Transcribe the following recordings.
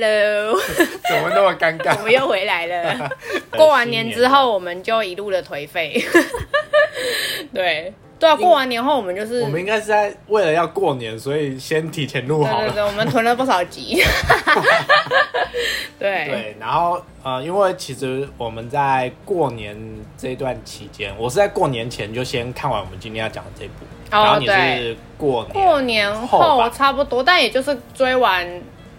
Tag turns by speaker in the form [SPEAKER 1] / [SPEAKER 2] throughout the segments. [SPEAKER 1] Hello，
[SPEAKER 2] 怎么那么尴
[SPEAKER 1] 我
[SPEAKER 2] 尬？
[SPEAKER 1] 们又回来 了。过完年之后，我们就一路的颓废。 对对啊，过完年后我们就是
[SPEAKER 2] 我们应该是在为了要过年，所以先提前录
[SPEAKER 1] 对
[SPEAKER 2] 好
[SPEAKER 1] 对
[SPEAKER 2] 了。
[SPEAKER 1] 对，我们囤了不少集。 对
[SPEAKER 2] 对，然后呃，因为其实我们在过年这段期间，我是在过年前就先看完我们今天要讲的这部，
[SPEAKER 1] 哦
[SPEAKER 2] 然后你
[SPEAKER 1] 对
[SPEAKER 2] 是过年
[SPEAKER 1] 过年
[SPEAKER 2] 后
[SPEAKER 1] 后
[SPEAKER 2] 吧
[SPEAKER 1] 差不多，但也就是追完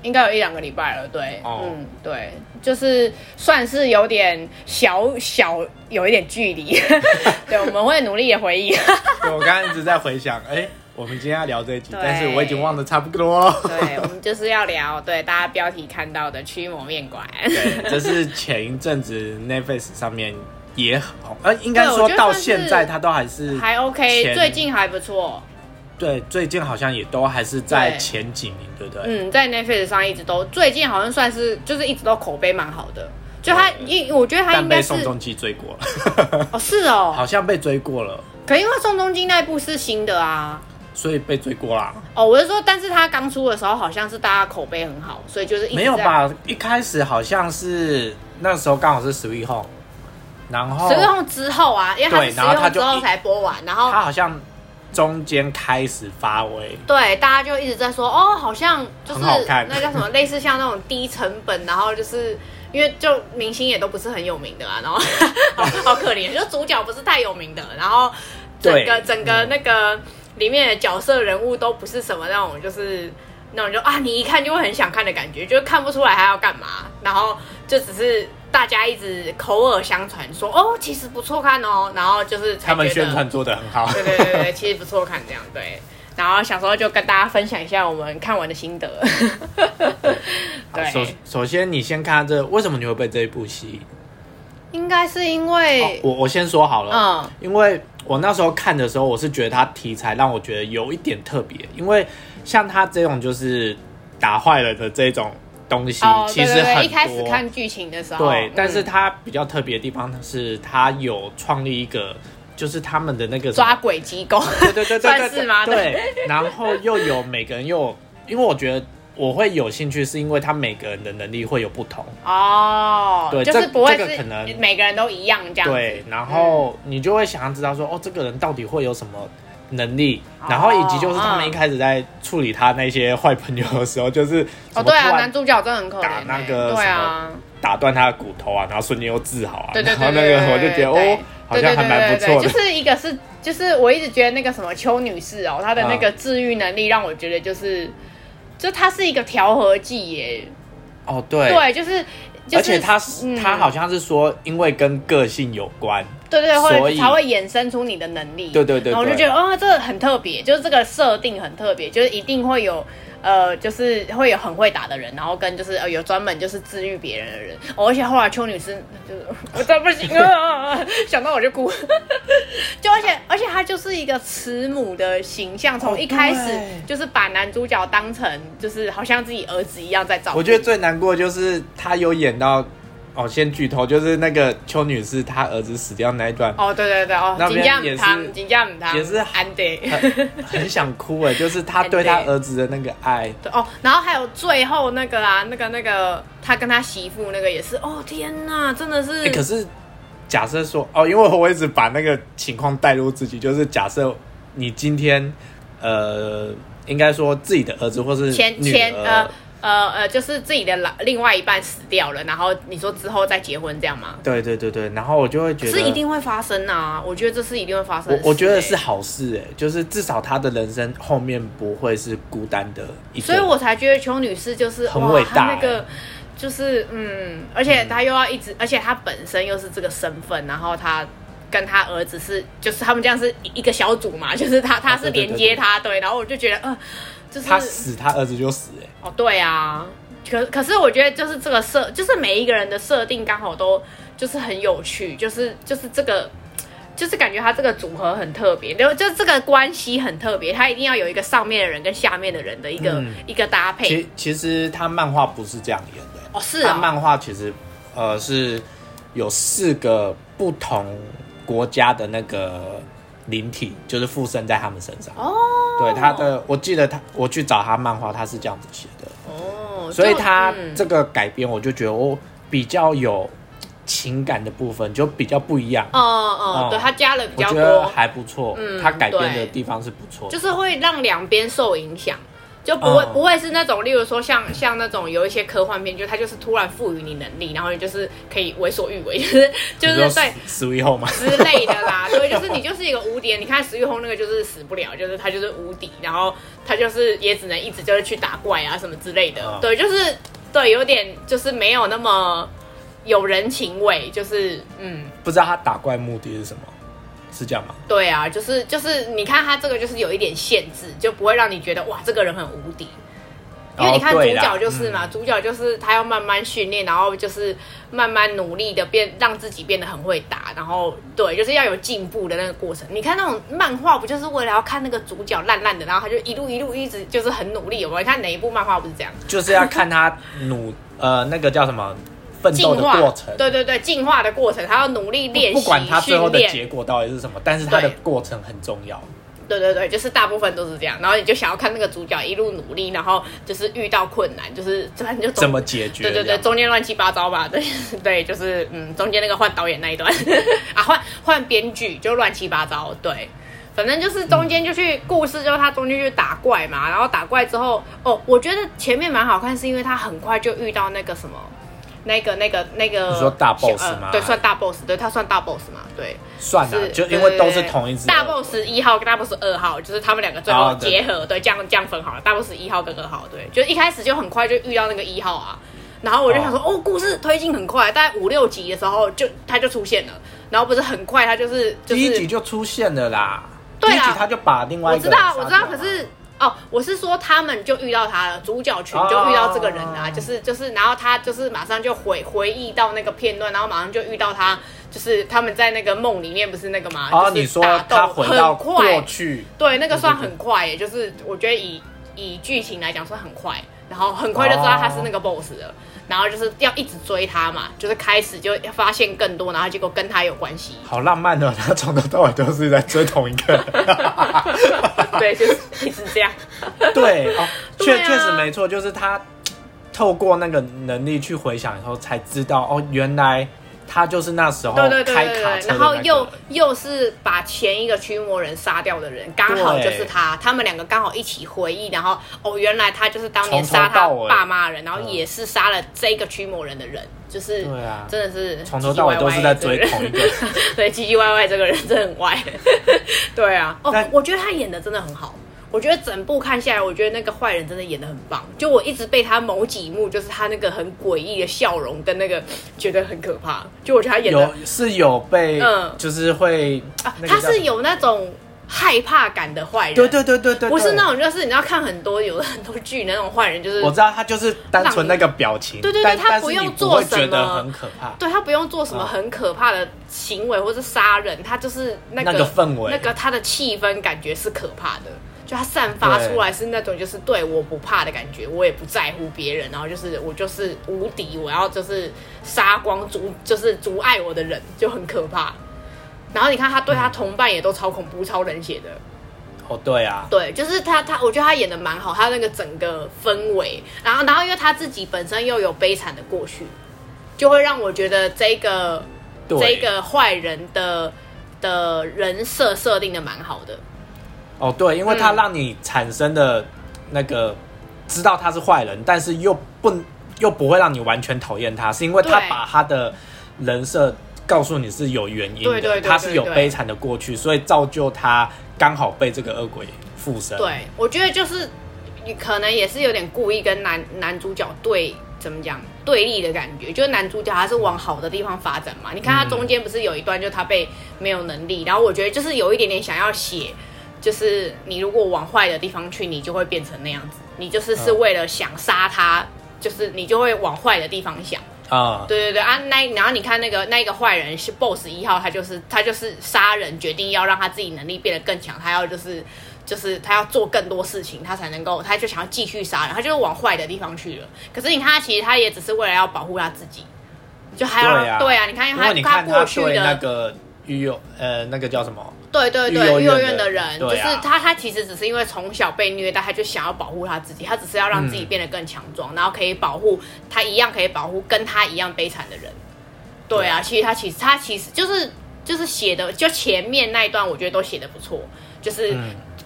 [SPEAKER 1] 应该有一两个礼拜了。对，
[SPEAKER 2] 哦
[SPEAKER 1] 嗯，对，就是算是有点小小有一点距离。 对，我们会努力的回忆。
[SPEAKER 2] 对我刚刚一直在回想，哎、我们今天要聊这一集，
[SPEAKER 1] 对
[SPEAKER 2] 但是我已经忘得差不多了。
[SPEAKER 1] 对，我们就是要聊对大家标题看到的驱魔面馆。
[SPEAKER 2] 对，这是前一阵子 Netflix 上面也很红，呃，应该
[SPEAKER 1] 对我
[SPEAKER 2] 说
[SPEAKER 1] 觉得
[SPEAKER 2] 到
[SPEAKER 1] 算是
[SPEAKER 2] 现在它都还是
[SPEAKER 1] 还 OK，
[SPEAKER 2] 前
[SPEAKER 1] 最近还不错。
[SPEAKER 2] 对，最近好像也都还是在
[SPEAKER 1] 对
[SPEAKER 2] 前几名，对不对？
[SPEAKER 1] 嗯，在 Netflix 上一直都，最近好像算是就是一直都口碑蛮好的。就他
[SPEAKER 2] 对
[SPEAKER 1] 一，我觉得他
[SPEAKER 2] 但
[SPEAKER 1] 应该
[SPEAKER 2] 被
[SPEAKER 1] 是
[SPEAKER 2] 宋仲基追过 了，
[SPEAKER 1] 哦，是哦，
[SPEAKER 2] 好像被追过了，
[SPEAKER 1] 可因为宋仲基那一部是新的啊。
[SPEAKER 2] 所以被追过啦。
[SPEAKER 1] 哦，我是说，但是他刚出的时候好像是大家口碑很好，所以就是一直
[SPEAKER 2] 没有
[SPEAKER 1] 在？
[SPEAKER 2] 吧？一开始好像是那时候刚好是十一号，然后
[SPEAKER 1] 十月后之后啊，因为他
[SPEAKER 2] 对
[SPEAKER 1] 是十
[SPEAKER 2] 然后
[SPEAKER 1] 月
[SPEAKER 2] 他
[SPEAKER 1] 后
[SPEAKER 2] 就
[SPEAKER 1] 之后
[SPEAKER 2] 一
[SPEAKER 1] 才播完，然后
[SPEAKER 2] 他好像中间开始发威，
[SPEAKER 1] 对，大家就一直在说哦，好像就是
[SPEAKER 2] 很好看
[SPEAKER 1] 那叫什么，类似像那种低成本，然后就是因为就明星也都不是很有名的啊，然后 好好可怜，就主角不是太有名的，然后整个
[SPEAKER 2] 对嗯
[SPEAKER 1] 整个那个里面的角色人物都不是什么那种就是。那种就啊，你一看就会很想看的感觉，就是看不出来他要干嘛，然后就只是大家一直口耳相传说哦，其实不错看哦，然后就是才
[SPEAKER 2] 他们
[SPEAKER 1] 觉得
[SPEAKER 2] 宣传做的很好。
[SPEAKER 1] 对对对对，其实不错看这样对。然后想说就跟大家分享一下我们看完的心 得。
[SPEAKER 2] 首
[SPEAKER 1] 对，
[SPEAKER 2] 首先，你先看这为什么你会被这一部吸引？
[SPEAKER 1] 应该是因为、
[SPEAKER 2] 我我先说好了，
[SPEAKER 1] 嗯
[SPEAKER 2] 因为我那时候看的时候，我是觉得它题材让我觉得有一点特别，因为像它这种就是打坏了的这种东西，
[SPEAKER 1] 哦，对
[SPEAKER 2] 其实
[SPEAKER 1] 对
[SPEAKER 2] 很多。
[SPEAKER 1] 对，一开始看剧情的时候，
[SPEAKER 2] 对，但是
[SPEAKER 1] 嗯
[SPEAKER 2] 它比较特别的地方是，它有创立一个，就是他们的那个什么
[SPEAKER 1] 抓鬼机 构，
[SPEAKER 2] 对 对对对对
[SPEAKER 1] 算是吗
[SPEAKER 2] 对， 然后又有每个人又有，因为我觉得我会有兴趣，是因为他每个人的能力会有不同。
[SPEAKER 1] 哦，
[SPEAKER 2] 对
[SPEAKER 1] 就是
[SPEAKER 2] 这
[SPEAKER 1] 不会
[SPEAKER 2] 这个可
[SPEAKER 1] 是
[SPEAKER 2] 能
[SPEAKER 1] 每个人都一样这样子。
[SPEAKER 2] 对，然后你就会想要知道说，哦，这个人到底会有什么能力，
[SPEAKER 1] 哦
[SPEAKER 2] 然后以及就是他们一开始在处理他那些坏朋友的时候，就是
[SPEAKER 1] 哦，
[SPEAKER 2] 什么突
[SPEAKER 1] 对啊，男
[SPEAKER 2] 然
[SPEAKER 1] 主角真的很可怜、
[SPEAKER 2] 打
[SPEAKER 1] 欸。
[SPEAKER 2] 那个
[SPEAKER 1] 对
[SPEAKER 2] 什
[SPEAKER 1] 啊
[SPEAKER 2] 么，打断他的骨头啊，然后瞬间又治好啊，
[SPEAKER 1] 对对
[SPEAKER 2] 然后
[SPEAKER 1] 对
[SPEAKER 2] 那
[SPEAKER 1] 对
[SPEAKER 2] 个我就觉得
[SPEAKER 1] 对
[SPEAKER 2] 哦，好像还蛮不
[SPEAKER 1] 对对
[SPEAKER 2] 错
[SPEAKER 1] 对对对
[SPEAKER 2] 的
[SPEAKER 1] 就。是一个是，就是我一直觉得那个什么邱女士哦，她的那
[SPEAKER 2] 啊
[SPEAKER 1] 个治愈能力让我觉得就是，就她是一个调和剂耶。
[SPEAKER 2] 哦，对。
[SPEAKER 1] 对，就是，就是、
[SPEAKER 2] 而且他是、
[SPEAKER 1] 嗯哦
[SPEAKER 2] 他好像是说，因为跟个性有关，
[SPEAKER 1] 对对，
[SPEAKER 2] 所以
[SPEAKER 1] 会才会衍生出你的能力。
[SPEAKER 2] 对对对对
[SPEAKER 1] 然后我就觉得，哦，这个很特别，就是这个设定很特别，就是一定会有。呃，就是会有很会打的人，然后跟就是呃有专门就是治愈别人的人、哦而且后来邱女士就是我真不行 啊，想到我就哭， 就而且而且她就是一个慈母的形象，
[SPEAKER 2] 哦
[SPEAKER 1] 从一开始
[SPEAKER 2] 对
[SPEAKER 1] 就是把男主角当成就是好像自己儿子一样在照顾。
[SPEAKER 2] 我觉得最难过就是他有演到，哦，先剧透，就是那个邱女士她儿子死掉那一段，
[SPEAKER 1] 哦对对对哦，
[SPEAKER 2] 那
[SPEAKER 1] 金
[SPEAKER 2] 边
[SPEAKER 1] 价
[SPEAKER 2] 也
[SPEAKER 1] 母
[SPEAKER 2] 是
[SPEAKER 1] 汤，金价母汤
[SPEAKER 2] 也是
[SPEAKER 1] 安迪。
[SPEAKER 2] 很很想哭哎，就是他对他儿子的那个爱，
[SPEAKER 1] 对哦，然后还有最后那个啊，那个那个他跟他媳妇那个也是，哦天哪，真的是，
[SPEAKER 2] 哎、可是假设说哦，因为我一直把那个情况带入自己，就是假设你今天呃，应该说自己的儿子或是
[SPEAKER 1] 前
[SPEAKER 2] 女
[SPEAKER 1] 前呃
[SPEAKER 2] 儿，
[SPEAKER 1] 呃呃，就是自己的老另外一半死掉了，然后你说之后再结婚这样吗？
[SPEAKER 2] 对对对对，然后我就会觉得
[SPEAKER 1] 是一定会发生啊，我觉得这是一定会发生的
[SPEAKER 2] 我
[SPEAKER 1] 事欸、
[SPEAKER 2] 我觉得是好事哎、就是至少他的人生后面不会是孤单的一个。
[SPEAKER 1] 所以我才觉得邱女士就是
[SPEAKER 2] 很
[SPEAKER 1] 哇
[SPEAKER 2] 伟大
[SPEAKER 1] 她那
[SPEAKER 2] 欸
[SPEAKER 1] 个就是嗯，而且她又要一直，而且她本身又是这个身份，然后她跟她儿子是，就是他们这样是一一个小组嘛， 就是她她
[SPEAKER 2] 啊
[SPEAKER 1] 是
[SPEAKER 2] 对对
[SPEAKER 1] 连
[SPEAKER 2] 对
[SPEAKER 1] 接
[SPEAKER 2] 对
[SPEAKER 1] 她，对，然后我就觉得呃，就是
[SPEAKER 2] 他死，他儿子就死哎、
[SPEAKER 1] 哦，对啊，可可是我觉得就是这个设，就是每一个人的设定刚好都就是很有趣，就是就是这个。就是感觉他这个组合很特别，就就这个关系很特别，他一定要有一个上面的人跟下面的人的一个、
[SPEAKER 2] 嗯
[SPEAKER 1] 一个搭配。
[SPEAKER 2] 其其实他漫画不是这样演的、
[SPEAKER 1] 哦，是
[SPEAKER 2] 他
[SPEAKER 1] 啊、
[SPEAKER 2] 漫画其实呃是有四个不同国家的那个灵体，就是附身在他们身上。
[SPEAKER 1] 哦，
[SPEAKER 2] 对他的，我记得他我去找他漫画，他是这样子写的。
[SPEAKER 1] 哦，就
[SPEAKER 2] 所以他
[SPEAKER 1] 嗯
[SPEAKER 2] 这个改编，我就觉得我比较有情感的部分，就比较不一样。
[SPEAKER 1] 哦哦
[SPEAKER 2] 哦，
[SPEAKER 1] 对他加了比
[SPEAKER 2] 我
[SPEAKER 1] 较
[SPEAKER 2] 觉得
[SPEAKER 1] 多，
[SPEAKER 2] 还不错，
[SPEAKER 1] 嗯
[SPEAKER 2] 他改编
[SPEAKER 1] 对
[SPEAKER 2] 的地方是不错。
[SPEAKER 1] 就是会让两边受影响，就不会、
[SPEAKER 2] 嗯
[SPEAKER 1] 不会是那种，例如说像像那种有一些科幻片，就它就是突然赋予你能力，然后你就是可以为所欲为，就是就是
[SPEAKER 2] 你说
[SPEAKER 1] 对。
[SPEAKER 2] 死死以后 嘛，
[SPEAKER 1] 之类的啦，对，就是你就是一个无敌。你看石玉红那个就是死不了，就是他就是无敌，然后他就是也只能一直就是去打怪啊什么之类的。
[SPEAKER 2] 嗯
[SPEAKER 1] 对，就是对，有点就是没有那么有人情味，就是嗯，
[SPEAKER 2] 不知道他打怪目的是什么，是这样吗？
[SPEAKER 1] 对啊，就是就是你看他这个就是有一点限制，就不会让你觉得哇这个人很无敌。因为你看
[SPEAKER 2] 哦
[SPEAKER 1] 主
[SPEAKER 2] 对啦
[SPEAKER 1] 角就是嘛，主角就是他要慢慢训练，然后就是慢慢努力的变，让自己变得很会打，然后对，就是要有进步的那个过程。你看那种漫画，不就是为了要看那个主角烂烂的，然后他就一路一路一直就是很努力，有没有？你看哪一部漫画不是这样？
[SPEAKER 2] 就是要看他 努呃那个叫什么奋
[SPEAKER 1] 进
[SPEAKER 2] 斗的
[SPEAKER 1] 化
[SPEAKER 2] 过程，
[SPEAKER 1] 对对对，进化的过程，他要努力练习，
[SPEAKER 2] 不管他最后的
[SPEAKER 1] 训练
[SPEAKER 2] 结果到底是什么，但是他的
[SPEAKER 1] 对
[SPEAKER 2] 过程很重要。
[SPEAKER 1] 对对对，就是大部分都是这样，然后你就想要看那个主角一路努力，然后就是遇到困难，就是反正就中
[SPEAKER 2] 怎么解决？
[SPEAKER 1] 对对
[SPEAKER 2] 这
[SPEAKER 1] 对，
[SPEAKER 2] 样
[SPEAKER 1] 中间乱七八糟吧， 对对，就是嗯，中间那个换导演那一段 啊，换换编剧就乱七八糟，对，反正就是中间就去、故事，就是他中间去打怪嘛，然后打怪之后，哦，我觉得前面蛮好看，是因为他很快就遇到那个什么，那个那个那个，
[SPEAKER 2] 你说大
[SPEAKER 1] 小
[SPEAKER 2] boss 吗
[SPEAKER 1] 对，算大 boss，对他算大 boss 嘛，对，
[SPEAKER 2] 算了，
[SPEAKER 1] 是
[SPEAKER 2] 就因为都是同一
[SPEAKER 1] 对
[SPEAKER 2] 只
[SPEAKER 1] 大 boss 一号跟大 boss 二号，就是他们两个最后
[SPEAKER 2] 哦对
[SPEAKER 1] 结合，对，这样这样分好了，大 boss 一号跟二号，对，就一开始就很快就遇到那个一号啊，然后我就想说，哦故事推进很快，大概五六集的时候就他就出现了，然后不是很快他就是就
[SPEAKER 2] 第一集
[SPEAKER 1] 是
[SPEAKER 2] 就出现了啦。
[SPEAKER 1] 对
[SPEAKER 2] 第
[SPEAKER 1] 啦
[SPEAKER 2] 一集他就把另外
[SPEAKER 1] 我
[SPEAKER 2] 一个
[SPEAKER 1] 知道
[SPEAKER 2] 人
[SPEAKER 1] 我知道，
[SPEAKER 2] 杀掉
[SPEAKER 1] 可
[SPEAKER 2] 了
[SPEAKER 1] 是。哦，我是说他们就遇到他了，主角群就遇到这个人啦、
[SPEAKER 2] 哦
[SPEAKER 1] 就是就是，然后他就是马上就回回忆到那个片段，然后马上就遇到他，就是他们在那个梦里面不是那个嘛，
[SPEAKER 2] 哦，
[SPEAKER 1] 就是
[SPEAKER 2] 你说
[SPEAKER 1] 打斗
[SPEAKER 2] 他回到
[SPEAKER 1] 很快
[SPEAKER 2] 过去，
[SPEAKER 1] 对，那个算很快耶，就是我觉得以以剧情来讲算很快，然后很快就知道他是那个 boss 了，然后就是要一直追他嘛，就是开始就发现更多，然后结果跟他有关 系，
[SPEAKER 2] 好浪漫哦！他从头到尾都是在追同一个人。
[SPEAKER 1] 对，就是一直这样，
[SPEAKER 2] 对哦，确
[SPEAKER 1] 对啊
[SPEAKER 2] 确、实没错，就是他透过那个能力去回想以后，才知道哦，原来他就是那时候
[SPEAKER 1] 对对对
[SPEAKER 2] 开
[SPEAKER 1] 对对，
[SPEAKER 2] 卡
[SPEAKER 1] 对
[SPEAKER 2] 车的、那
[SPEAKER 1] 然
[SPEAKER 2] 个
[SPEAKER 1] 后
[SPEAKER 2] 人
[SPEAKER 1] 又又是把前一个驱魔人杀掉的人，刚好就是他，他们两个刚好一起回忆，然后哦，原来他就是当年
[SPEAKER 2] 从头
[SPEAKER 1] 杀他
[SPEAKER 2] 到尾
[SPEAKER 1] 爸妈的人，然后
[SPEAKER 2] 嗯
[SPEAKER 1] 也是杀了这个驱魔人的人，就是
[SPEAKER 2] 对啊
[SPEAKER 1] 真的是
[SPEAKER 2] 从头到尾都是在追
[SPEAKER 1] 唧唧歪歪的人
[SPEAKER 2] 同一个。
[SPEAKER 1] 对，唧唧歪歪这个人真的很歪。 对啊，哦
[SPEAKER 2] 但，
[SPEAKER 1] 我觉得他演的真的很好。我觉得整部看下来，我觉得那个坏人真的演的很棒。就我一直被他某几幕，就是他那个很诡异的笑容跟那个觉得很可怕。就我觉得他演的
[SPEAKER 2] 有是有被，
[SPEAKER 1] 嗯
[SPEAKER 2] 就是会，
[SPEAKER 1] 啊，
[SPEAKER 2] 那个
[SPEAKER 1] 他
[SPEAKER 2] 叫
[SPEAKER 1] 是有那种害怕感的坏人，
[SPEAKER 2] 对对对对对，
[SPEAKER 1] 不是那
[SPEAKER 2] 种。
[SPEAKER 1] 种就是你要看很多有的很多剧那种坏人，就是
[SPEAKER 2] 我知道他就是单纯那个表情，
[SPEAKER 1] 对对对
[SPEAKER 2] 但
[SPEAKER 1] 他
[SPEAKER 2] 但
[SPEAKER 1] 不
[SPEAKER 2] 是
[SPEAKER 1] 用
[SPEAKER 2] 你不
[SPEAKER 1] 做
[SPEAKER 2] 会
[SPEAKER 1] 什
[SPEAKER 2] 觉得
[SPEAKER 1] 么
[SPEAKER 2] 很可怕。
[SPEAKER 1] 对他不用做什么很可怕的行为或是杀人，他就是那个
[SPEAKER 2] 那个氛围
[SPEAKER 1] 那个他的气氛感觉是可怕的，就他散发出来是那种就是对我不怕的感觉，我也不在乎别人，然后就是我就是无敌，我要就是杀光阻就是阻碍我的人，就很可怕。然后你看他对他同伴也都超恐怖、超冷血的，
[SPEAKER 2] 哦，对啊，
[SPEAKER 1] 对，就是他他，我觉得他演的蛮好，他那个整个氛围，然后然后因为他自己本身又有悲惨的过去，就会让我觉得这个
[SPEAKER 2] 对
[SPEAKER 1] 这个坏人的的人设设定的蛮好的，
[SPEAKER 2] 哦对，因为他
[SPEAKER 1] 嗯
[SPEAKER 2] 让你产生的那个、知道他是坏人，但是又不又不会让你完全讨厌他，是因为他
[SPEAKER 1] 对
[SPEAKER 2] 把他的人设告诉你是有原因的，
[SPEAKER 1] 对对对对
[SPEAKER 2] 他是有
[SPEAKER 1] 对
[SPEAKER 2] 悲惨的过去，所以造就他刚好被这个恶鬼附身。
[SPEAKER 1] 对我觉得就是你可能也是有点故意跟男男主角对怎么讲对立的感觉，就是男主角他是往好的地方发展嘛，你看他中间不是有一段就他被没有能力，然后我觉得就是有一点点想要写。就是你如果往坏的地方去，你就会变成那样子。你就是是
[SPEAKER 2] 嗯
[SPEAKER 1] 为了想杀他，就是你就会往坏的地方想。
[SPEAKER 2] 啊、
[SPEAKER 1] 对对对啊，那然后你看那个那一个坏人是 BOSS 一号，他就是他就是杀人，决定要让他自己能力变得更强，他要就是就是他要做更多事情，他才能够，他就想要继续杀人，他就往坏的地方去了。可是你看他其实他也只是为了要保护他自己，就还要
[SPEAKER 2] 对啊
[SPEAKER 1] 对啊，你看
[SPEAKER 2] 因
[SPEAKER 1] 他
[SPEAKER 2] 为你看
[SPEAKER 1] 过去
[SPEAKER 2] 对那
[SPEAKER 1] 的
[SPEAKER 2] 个育幼呃那个叫什么？
[SPEAKER 1] 对对对，
[SPEAKER 2] 幼
[SPEAKER 1] 幼儿
[SPEAKER 2] 院
[SPEAKER 1] 园
[SPEAKER 2] 的
[SPEAKER 1] 的
[SPEAKER 2] 人
[SPEAKER 1] 人，就
[SPEAKER 2] 对
[SPEAKER 1] 是
[SPEAKER 2] 啊
[SPEAKER 1] 他，他其实只是因为从小被虐待，他就想要保护他自己，他只是要让自己变得更强壮，然后可以保护他一样可以保护跟他一样悲惨的人。对啊，其实他其实他其实就是就是写的，就前面那一段我觉得都写的不错，就是。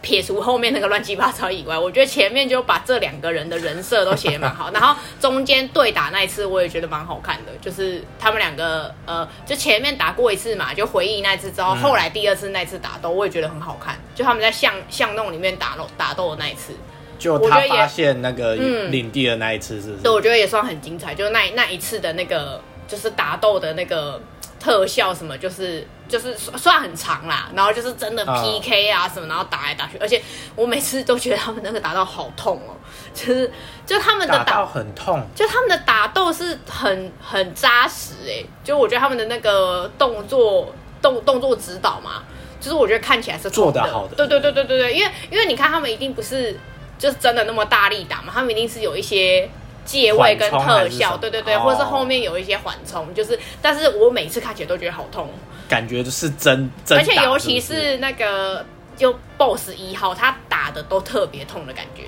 [SPEAKER 1] 撇除后面那个乱七八糟以外，我觉得前面就把这两个人的人设都写得蛮好，然后中间对打那一次我也觉得蛮好看的，就是他们两个呃，就前面打过一次嘛，就回忆那一次之后，后来第二次那一次打斗我也觉得很好看，就他们在巷巷弄里面打斗打斗的那一次，
[SPEAKER 2] 就
[SPEAKER 1] 我觉
[SPEAKER 2] 他
[SPEAKER 1] 得也
[SPEAKER 2] 发现那个
[SPEAKER 1] 嗯
[SPEAKER 2] 领地的那一次，是不是？
[SPEAKER 1] 对，我觉得也算很精彩。就是那那一次的那个，就是打斗的那个特效什么，就是就是算算很长啦。然后就是真的
[SPEAKER 2] 啊
[SPEAKER 1] PK 啊什么，然后打来打去，而且我每次都觉得他们那个打到好痛哦、就是就他们的
[SPEAKER 2] 打
[SPEAKER 1] 打
[SPEAKER 2] 到很痛，
[SPEAKER 1] 就他们的打斗是很很扎实哎、就我觉得他们的那个动作动动作指导嘛，就是我觉得看起来是
[SPEAKER 2] 做
[SPEAKER 1] 得
[SPEAKER 2] 得好的
[SPEAKER 1] 对对对对对对，因为因为你看他们一定不是就是真的那么大力打嘛，他们一定是有一些借位跟
[SPEAKER 2] 缓冲还
[SPEAKER 1] 特
[SPEAKER 2] 是什
[SPEAKER 1] 效，
[SPEAKER 2] 么
[SPEAKER 1] 对对对，
[SPEAKER 2] 哦
[SPEAKER 1] 或者是后面有一些缓冲，就是但是我每次看起来都觉得好痛，
[SPEAKER 2] 感觉就是真真打，
[SPEAKER 1] 而且尤其
[SPEAKER 2] 是不是
[SPEAKER 1] 是那个就 BOSS 一号，他打的都特别痛的感觉，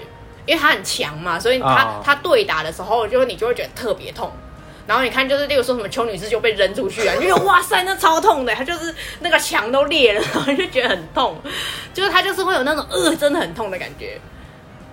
[SPEAKER 1] 因为他很强嘛，所以他、
[SPEAKER 2] 啊
[SPEAKER 1] 他对打的时候，就你就会觉得特别痛。然后你看，就是例如说什么邱女士就被扔出 去啊，你就觉得哇塞，那超痛的，他就是那个墙都裂了，然后就觉得很痛，就是他就是会有那种呃，真的很痛的感觉。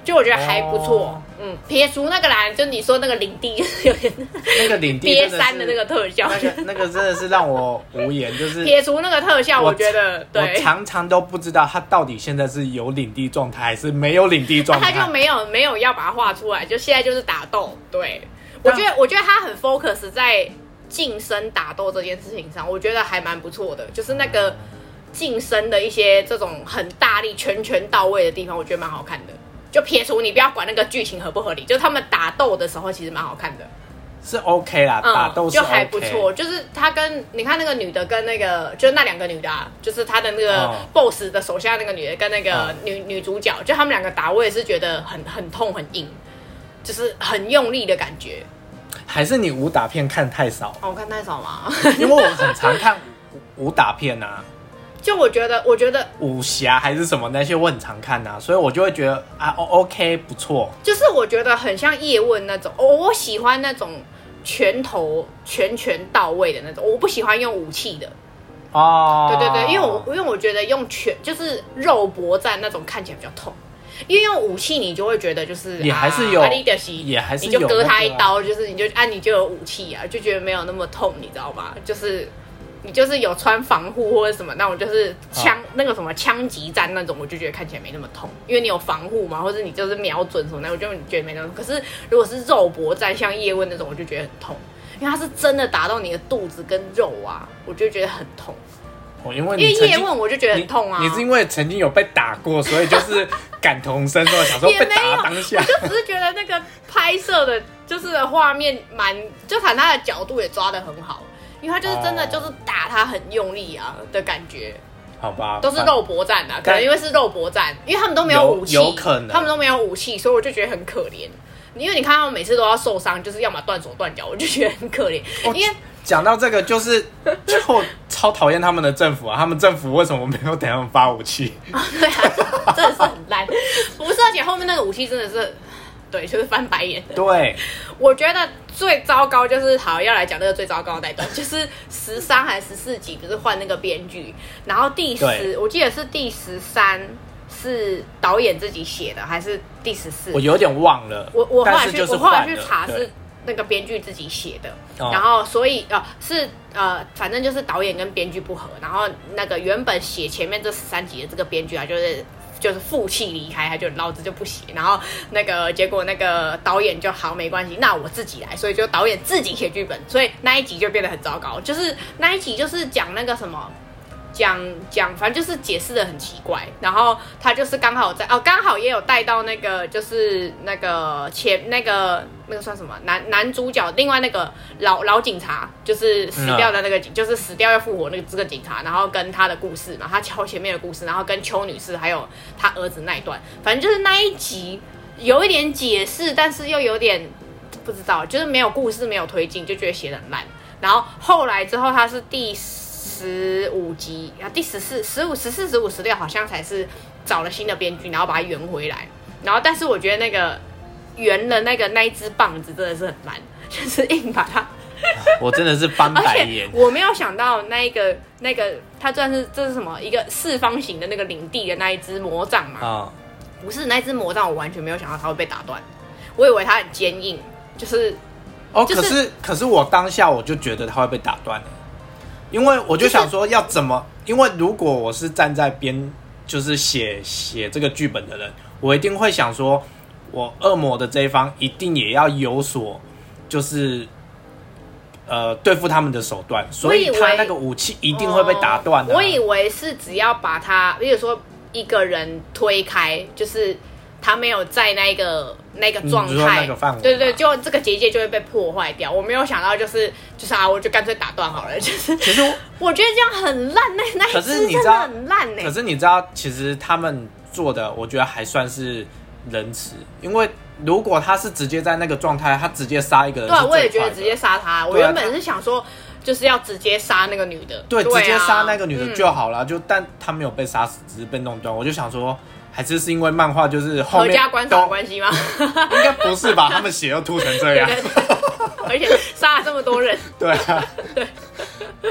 [SPEAKER 1] 就我觉得还不错，
[SPEAKER 2] 哦
[SPEAKER 1] 嗯，撇除那个啦，就你说那个领地 有点
[SPEAKER 2] 那个领地
[SPEAKER 1] 憋
[SPEAKER 2] 真是
[SPEAKER 1] 三的那个特效，
[SPEAKER 2] 那个那个真的是让我无言，就是
[SPEAKER 1] 撇除那个特效，
[SPEAKER 2] 我
[SPEAKER 1] 我觉得
[SPEAKER 2] 我
[SPEAKER 1] 对，
[SPEAKER 2] 常常都不知道他到底现在是有领地状态还是没有领地状
[SPEAKER 1] 啊他
[SPEAKER 2] 态。
[SPEAKER 1] 就没有没有要把它画出来，就现在就是打斗。对，我觉得我觉得他很 focus 在晋升打斗这件事情上，我觉得还蛮不错的，就是那个晋升的一些这种很大力、拳拳到位的地方，我觉得蛮好看的。就撇除你不要管那个剧情合不合理，就他们打斗的时候其实蛮好看的，
[SPEAKER 2] 是 OK 啦，
[SPEAKER 1] 嗯，
[SPEAKER 2] 打斗是
[SPEAKER 1] 就
[SPEAKER 2] OK，
[SPEAKER 1] 还不错。就是他跟你看那个女的跟那个就是那两个女的、啊，就是他的那
[SPEAKER 2] 哦
[SPEAKER 1] 个 boss 的手下那个女的跟那个
[SPEAKER 2] 嗯
[SPEAKER 1] 女、女主角，就他们两个打，我也是觉得很很痛很硬，就是很用力的感觉。
[SPEAKER 2] 还是你武打片看太少，
[SPEAKER 1] 哦，我看太少嘛，
[SPEAKER 2] 因为我很常看武武打片啊，
[SPEAKER 1] 就我觉得我觉得
[SPEAKER 2] 武侠还是什么那些我很常看啊，所以我就会觉得啊，O OK 不错。
[SPEAKER 1] 就是我觉得很像叶问那种，我、我喜欢那种拳头拳拳到位的那种，我不喜欢用武器的。
[SPEAKER 2] 哦，
[SPEAKER 1] 对对对，因为我因为我觉得用拳就是肉搏战那种看起来比较痛，因为用武器你就会觉得就是
[SPEAKER 2] 也还是有
[SPEAKER 1] 啊、啊你就是
[SPEAKER 2] 也还是
[SPEAKER 1] 你就
[SPEAKER 2] 有
[SPEAKER 1] 割
[SPEAKER 2] 那
[SPEAKER 1] 他
[SPEAKER 2] 个
[SPEAKER 1] 一
[SPEAKER 2] 啊
[SPEAKER 1] 刀，就是你就啊你就有武器啊，就觉得没有那么痛，你知道吗？就是你就是有穿防护或者什么那种，就是枪、
[SPEAKER 2] 啊
[SPEAKER 1] 那个什么枪击战那种，我就觉得看起来没那么痛，因为你有防护嘛，或者你就是瞄准什么的，我就觉得没那么痛。可是如果是肉搏战，像叶问那种，我就觉得很痛。因为他是真的打到你的肚子跟肉啊，我就觉得很痛。
[SPEAKER 2] 我哦因为
[SPEAKER 1] 因
[SPEAKER 2] 你
[SPEAKER 1] 为
[SPEAKER 2] 曾
[SPEAKER 1] 叶
[SPEAKER 2] 经
[SPEAKER 1] 问我就觉得很痛啊，
[SPEAKER 2] 你，你是因为曾经有被打过，所以就是感同身受，想 说
[SPEAKER 1] 也
[SPEAKER 2] 被
[SPEAKER 1] 没有
[SPEAKER 2] 打当下
[SPEAKER 1] 我。就只是觉得那个拍摄的，就是画面蛮，就反正他的角度也抓得很好，因为他就是真的
[SPEAKER 2] 哦
[SPEAKER 1] 就是打他很用力啊的感觉，
[SPEAKER 2] 好吧，
[SPEAKER 1] 都是
[SPEAKER 2] 反
[SPEAKER 1] 肉搏战啊，可
[SPEAKER 2] 但
[SPEAKER 1] 能因为是肉搏战，因为他们都没有
[SPEAKER 2] 有
[SPEAKER 1] 武器，
[SPEAKER 2] 有可能
[SPEAKER 1] 他们都没有武器，所以我就觉得很可怜。因为你看他们每次都要受伤，就是要么断手断脚，我就觉得很可怜。
[SPEAKER 2] 哦
[SPEAKER 1] 因为
[SPEAKER 2] 讲到这个，就是就超讨厌他们的政府啊！他们政府为什么没有给他们发武器？
[SPEAKER 1] 对啊，真的是很烂，不是，而且后面那个武器真的是，对，就是翻白眼。
[SPEAKER 2] 对，
[SPEAKER 1] 我觉得最糟糕就是好要来讲那个最糟糕的那一段， 就是十三还十四集不是换那个编剧，然后第
[SPEAKER 2] 对
[SPEAKER 1] 十我记得是第十三是导演自己写的还是第十四
[SPEAKER 2] 我？有点忘了。
[SPEAKER 1] 我我后
[SPEAKER 2] 但
[SPEAKER 1] 来
[SPEAKER 2] 是
[SPEAKER 1] 去
[SPEAKER 2] 就是
[SPEAKER 1] 我后来
[SPEAKER 2] 换
[SPEAKER 1] 去
[SPEAKER 2] 了
[SPEAKER 1] 查
[SPEAKER 2] 对
[SPEAKER 1] 是那个编剧自己写的，
[SPEAKER 2] 哦
[SPEAKER 1] 然后所以呃是呃反正就是导演跟编剧不合，然后那个原本写前面这十三集的这个编剧啊就是。就是负气离开，他就老子就不写，然后那个结果那个导演就好没关系，那我自己来，所以就导演自己写剧本，所以那一集就变得很糟糕，就是那一集就是讲那个什么讲讲，反正就是解释的很奇怪。然后他就是刚好在哦，刚好也有带到那个就是那个前那个那个算什么男男主角，另外那个老老警察，就是死掉的那个警，就是死掉要复活那个这个警察，然后跟他的故事嘛，他敲前面的故事，然后跟邱女士还有他儿子那一段，反正就是那一集有一点解释，但是又有点不知道，就是没有故事，没有推进，就觉得写的很烂。然后后来之后，他是第十十五集啊，第十四、十五、十四、十五、十六好像才是找了新的编剧，然后把它圆回来。然后，但是我觉得那个圆的那个那一只棒子真的是很难，就是硬把它。
[SPEAKER 2] 我真的是翻
[SPEAKER 1] 而
[SPEAKER 2] 白
[SPEAKER 1] 且
[SPEAKER 2] 眼。
[SPEAKER 1] 我没有想到那一个那个，它算是这是什么一个四方形的那个领地的那一只魔杖嘛？
[SPEAKER 2] 啊、
[SPEAKER 1] 不是那一只魔杖，我完全没有想到它会被打断，我以为它很坚硬，就是
[SPEAKER 2] 哦，
[SPEAKER 1] 就是
[SPEAKER 2] 可是可是我当下我就觉得他会被打断了，因为我就想说要怎么，因为如果我是站在编就是写写这个剧本的人，我一定会想说，我恶魔的这一方一定也要有所就是。呃，对付他们的手段，所以
[SPEAKER 1] 我以为
[SPEAKER 2] 他那个武器一定会被打断啊的、
[SPEAKER 1] 哦我以为是只要把他，比如说一个人推开，就是他没有在那个那个状
[SPEAKER 2] 你说
[SPEAKER 1] 态，
[SPEAKER 2] 那个范围
[SPEAKER 1] 对对，
[SPEAKER 2] 嘛
[SPEAKER 1] 就这个结界就会被破坏掉。我没有想到，就是就是啊，我就干脆打断好了。 就是
[SPEAKER 2] 其实我
[SPEAKER 1] 我觉得这样很烂，那那
[SPEAKER 2] 可
[SPEAKER 1] 一
[SPEAKER 2] 是
[SPEAKER 1] 只
[SPEAKER 2] 你
[SPEAKER 1] 真
[SPEAKER 2] 知
[SPEAKER 1] 的
[SPEAKER 2] 道
[SPEAKER 1] 很烂欸呢、
[SPEAKER 2] 可是你知道，其实他们做的，我觉得还算是仁慈，因为如果他是直接在那个状态，他直接杀一个人，
[SPEAKER 1] 对啊，我也觉得直接，杀他。我原
[SPEAKER 2] 对啊
[SPEAKER 1] 本
[SPEAKER 2] 他
[SPEAKER 1] 是想说，就是要直接杀那个女的，
[SPEAKER 2] 对，
[SPEAKER 1] 啊嗯
[SPEAKER 2] 直接杀那个女的就好了。就但他没有被杀死，只是被弄断。我就想说，还是是因为漫画就是后
[SPEAKER 1] 合
[SPEAKER 2] 面
[SPEAKER 1] 家观赏
[SPEAKER 2] 都
[SPEAKER 1] 的关系吗？
[SPEAKER 2] 应该不是吧？他们血又吐成这样，
[SPEAKER 1] 而且杀了这么多人。
[SPEAKER 2] 对啊，对。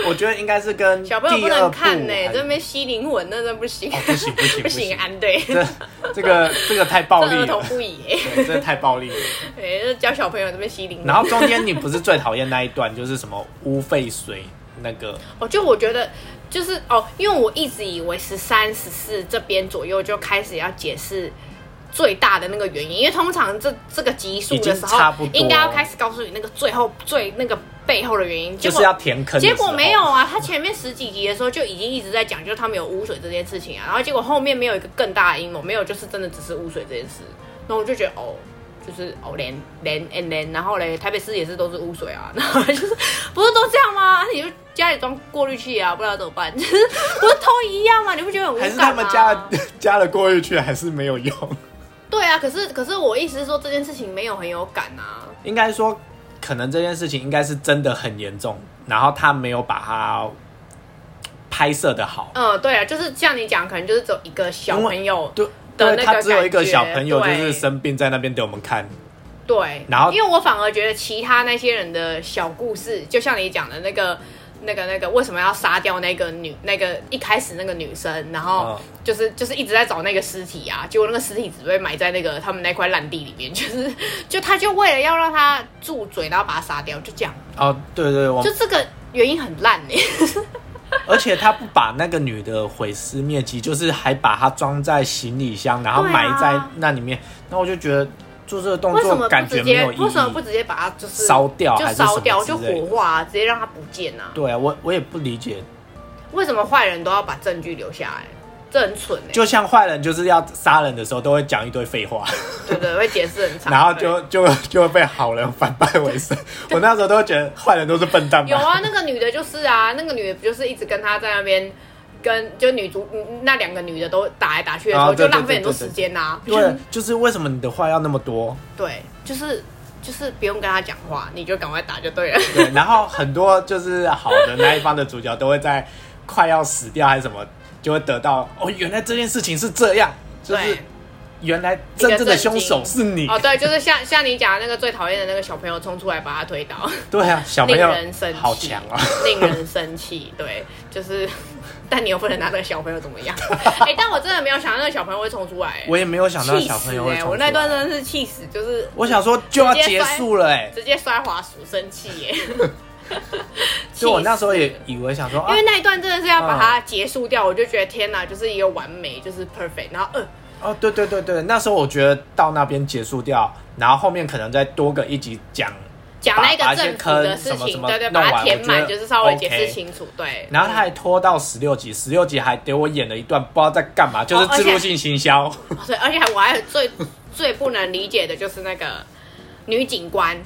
[SPEAKER 2] 我觉得应该是跟
[SPEAKER 1] 小朋友不
[SPEAKER 2] 第二
[SPEAKER 1] 能
[SPEAKER 2] 部
[SPEAKER 1] 看呢、
[SPEAKER 2] 还
[SPEAKER 1] 这边吸灵魂那真不行，
[SPEAKER 2] 哦不行不行
[SPEAKER 1] 不
[SPEAKER 2] 不
[SPEAKER 1] 行，
[SPEAKER 2] 行，
[SPEAKER 1] 安 对，这
[SPEAKER 2] 这这个这个太暴力
[SPEAKER 1] 儿童
[SPEAKER 2] 了，
[SPEAKER 1] 不 宜、欸，
[SPEAKER 2] 对，这太暴力了。
[SPEAKER 1] 哎、这教小朋友这边吸灵魂。
[SPEAKER 2] 然后中间你不是最讨厌那一段，就是什么污废水那个，
[SPEAKER 1] 哦，就我觉得就是哦，因为我一直以为十三、十四这边左右就开始要解释最大的那个原因，因为通常这这个级数
[SPEAKER 2] 已经
[SPEAKER 1] 的时
[SPEAKER 2] 差
[SPEAKER 1] 候
[SPEAKER 2] 不，多
[SPEAKER 1] 应该要开始告诉你那个最后最那个背后的原因，结
[SPEAKER 2] 就
[SPEAKER 1] 果
[SPEAKER 2] 是要填坑。
[SPEAKER 1] 结果没有，啊，他前面十几集的时候就已经一直在讲，就是他们有污水这件事情啊，然后结果后面没有一个更大的阴谋，没有就是真的只是污水这件事，那我就觉得哦。就是哦，连连 and 连，然后嘞，台北市也是都是污水啊，然后就是不是都这样吗？啊你就家里装过滤器啊，不知道怎么办， 就是不是都一样吗？你不觉得很无
[SPEAKER 2] 还
[SPEAKER 1] 感吗？
[SPEAKER 2] 是他们加 了加了过滤去，还是没有用。
[SPEAKER 1] 对啊，可是可是我意思是说这件事情没有很有感啊，
[SPEAKER 2] 应该说，可能这件事情应该是真的很严重，然后他没有把它拍摄的好。
[SPEAKER 1] 嗯，对啊，就是像你讲，可能就是只有一个小
[SPEAKER 2] 因为
[SPEAKER 1] 朋友，
[SPEAKER 2] 对，
[SPEAKER 1] 的
[SPEAKER 2] 对
[SPEAKER 1] 那个
[SPEAKER 2] 他只有一个小朋友就
[SPEAKER 1] 感觉
[SPEAKER 2] 是
[SPEAKER 1] 对
[SPEAKER 2] 生病在那边给我们看，
[SPEAKER 1] 对，
[SPEAKER 2] 然后
[SPEAKER 1] 因为我反而觉得其他那些人的小故事，就像你讲的那个、那个、那个，为什么要杀掉那个女、那个一开始那个女生，然后
[SPEAKER 2] 嗯
[SPEAKER 1] 就是、就是一直在找那个尸体啊，结果那个尸体只被埋在那个他们那块烂地里面， 就是就他就为了要让他住嘴，然后把他杀掉，就这样，
[SPEAKER 2] 哦，对对，我
[SPEAKER 1] 就这个原因很烂哎、
[SPEAKER 2] 而且他不把那个女的毁尸灭迹，就是还把她装在行李箱，然后
[SPEAKER 1] 对啊
[SPEAKER 2] 埋在那里面。那、我就觉得做这个动
[SPEAKER 1] 为什
[SPEAKER 2] 作
[SPEAKER 1] 么
[SPEAKER 2] 感
[SPEAKER 1] 不
[SPEAKER 2] 觉
[SPEAKER 1] 直
[SPEAKER 2] 没
[SPEAKER 1] 接？
[SPEAKER 2] 有意义。
[SPEAKER 1] 为什么不直接把它就是
[SPEAKER 2] 烧掉
[SPEAKER 1] 就
[SPEAKER 2] 还是什
[SPEAKER 1] 烧
[SPEAKER 2] 么
[SPEAKER 1] 掉，
[SPEAKER 2] 之
[SPEAKER 1] 就
[SPEAKER 2] 类的
[SPEAKER 1] 火化、啊，直接让它不见啊？
[SPEAKER 2] 对啊，我我也不理解。
[SPEAKER 1] 为什么坏人都要把证据留下来？这很蠢哎、
[SPEAKER 2] 就像坏人就是要杀人的时候都会讲一堆废话，
[SPEAKER 1] 对对，会解释很长。
[SPEAKER 2] 然后就就就会被好人反败为胜。我那时候都会觉得坏人都是笨蛋嘛。
[SPEAKER 1] 有啊，那个女的就是啊，那个女的不就是一直跟他在那边。跟就女主嗯那两个女的都打来打去的时候，
[SPEAKER 2] 啊对
[SPEAKER 1] 就
[SPEAKER 2] 对
[SPEAKER 1] 浪费很多
[SPEAKER 2] 对对
[SPEAKER 1] 时间呐、啊。
[SPEAKER 2] 对，就是为什么你的话要那么多？
[SPEAKER 1] 对，就是就是不用跟他讲话，你就赶快打就对了。
[SPEAKER 2] 对，然后很多就是好的那一方的主角都会在快要死掉还是什么，就会得到哦，原来这件事情是这样，就是
[SPEAKER 1] 对，
[SPEAKER 2] 原来 真正的凶手是你。
[SPEAKER 1] 哦对，就是像像你讲的那个最讨厌的那个小朋友冲出来把他推倒，
[SPEAKER 2] 对啊，小朋
[SPEAKER 1] 令
[SPEAKER 2] 友
[SPEAKER 1] 人生气，
[SPEAKER 2] 好强啊！
[SPEAKER 1] 令人生气。对，就是， 但你又不能拿那个小朋友怎么 样。哎、但我真的没有想到那个小朋友会冲出来、哎
[SPEAKER 2] 我也没有想到
[SPEAKER 1] 气
[SPEAKER 2] 小
[SPEAKER 1] 死
[SPEAKER 2] 朋友会
[SPEAKER 1] 哎
[SPEAKER 2] 冲
[SPEAKER 1] 我那
[SPEAKER 2] 出来
[SPEAKER 1] 段真的是气死，就是
[SPEAKER 2] 我想说就要结束了哎、
[SPEAKER 1] 直接摔滑鼠，生气耶！
[SPEAKER 2] 就我那时候也以为想说啊
[SPEAKER 1] 因为那一段真的是要把它结束掉，我就觉得天哪，就是一个完美，就是 perfect。然后呃，
[SPEAKER 2] 哦，对对对对，那时候我觉得到那边结束掉，然后后面可能再多个一集讲，
[SPEAKER 1] 讲那
[SPEAKER 2] 把
[SPEAKER 1] 个
[SPEAKER 2] 一些
[SPEAKER 1] 政府的
[SPEAKER 2] 坑
[SPEAKER 1] 事
[SPEAKER 2] 什么
[SPEAKER 1] 情，
[SPEAKER 2] 什么
[SPEAKER 1] 对对，
[SPEAKER 2] 弄
[SPEAKER 1] 把它
[SPEAKER 2] 完
[SPEAKER 1] 填
[SPEAKER 2] 我觉
[SPEAKER 1] 满，
[SPEAKER 2] 得
[SPEAKER 1] 就是稍微解释
[SPEAKER 2] OK
[SPEAKER 1] 清楚，对。
[SPEAKER 2] 然后他还拖到十六集，十六集还给我演了一段不知道在干嘛，就是
[SPEAKER 1] 哦而且
[SPEAKER 2] 自入性行销。
[SPEAKER 1] 嗯对，而且我还有最最不能理解的就是那个女警官，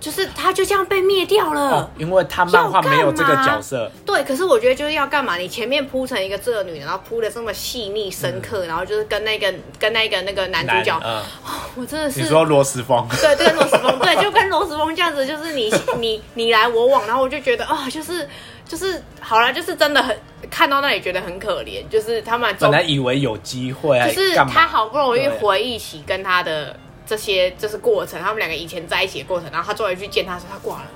[SPEAKER 1] 就是他就这样被灭掉了。
[SPEAKER 2] 哦， 因为他漫画没有这个角色，
[SPEAKER 1] 对，可是我觉得就是要干嘛？你前面铺成一个这个女人，然后铺的这么细腻深刻，然后就是跟那个跟那个那个男主角，
[SPEAKER 2] 嗯男嗯
[SPEAKER 1] 我真的是
[SPEAKER 2] 你说罗 斯风，
[SPEAKER 1] 对，就跟罗斯峰，对，就跟罗斯峰这样子，就是你 你你来我往，然后我就觉得啊、就是就是好了，就是真的很看到那里觉得很可怜，就是他们
[SPEAKER 2] 本
[SPEAKER 1] 总
[SPEAKER 2] 来以为有机会，
[SPEAKER 1] 就是
[SPEAKER 2] 干
[SPEAKER 1] 他
[SPEAKER 2] 嘛？
[SPEAKER 1] 好不容易
[SPEAKER 2] 对
[SPEAKER 1] 回忆起跟他的这些就是过程，他们两个以前在一起的过程，然后他终于去见他的时候，他挂了，